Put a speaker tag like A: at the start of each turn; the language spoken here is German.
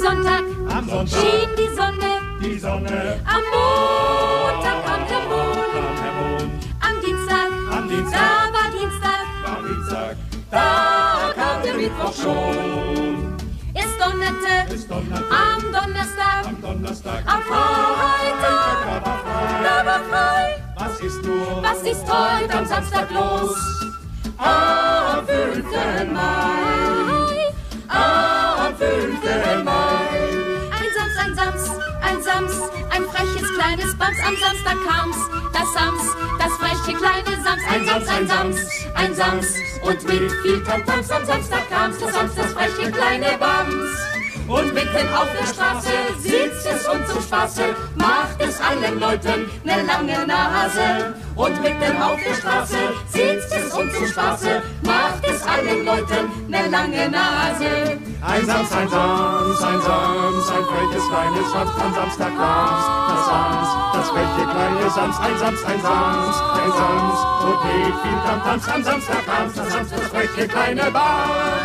A: Sonntag
B: Am
A: schien
B: Sonntag
A: die Sonne,
B: die Sonne
A: am Montag kam der Mond,
B: am Hermond,
A: am Dienstag,
B: Am Dienstag.
A: da war Dienstag,
B: am Dienstag,
A: da kam der Mittwoch
B: auch
A: schon. Ah.
B: schon.
A: Es donnerte
B: Bis Donnerstag,
A: am Donnerstag,
B: am Donnerstag,
A: am Freitag,
B: aber frei.
A: da war frei.
B: Was ist nur,
A: Was ist heute am Samstag los?
B: Am
A: 5.
B: 5.
A: Mai,
B: Am 5. Mai.
A: Ein Sams, ein Sams, ein Sams, ein freches kleines Bams, am Samstag kam's, das Sams, das freche kleine Sams, ein Sams, ein Sams, ein Sams, und mit viel Tamtams am Samstag kam's, das Sams, das freche kleine Bams.
B: Und
A: Mitten auf der Straße sitzt es und zum Spaße macht es allen Leuten ne lange Nase. Und mitten auf der Straße sitzt es und zum Spaße macht es allen Leuten ne lange Nase.
B: Ein Sams, ein Sams, ein Sams, ein freches kleines Sams, am Samstag kam's, das Sams, das freche kleine Sams, ein Sams, ein Sams, ein Sams, und nicht viel Tamtams, am Samstag kam's, das Sams, das freche kleine Bams.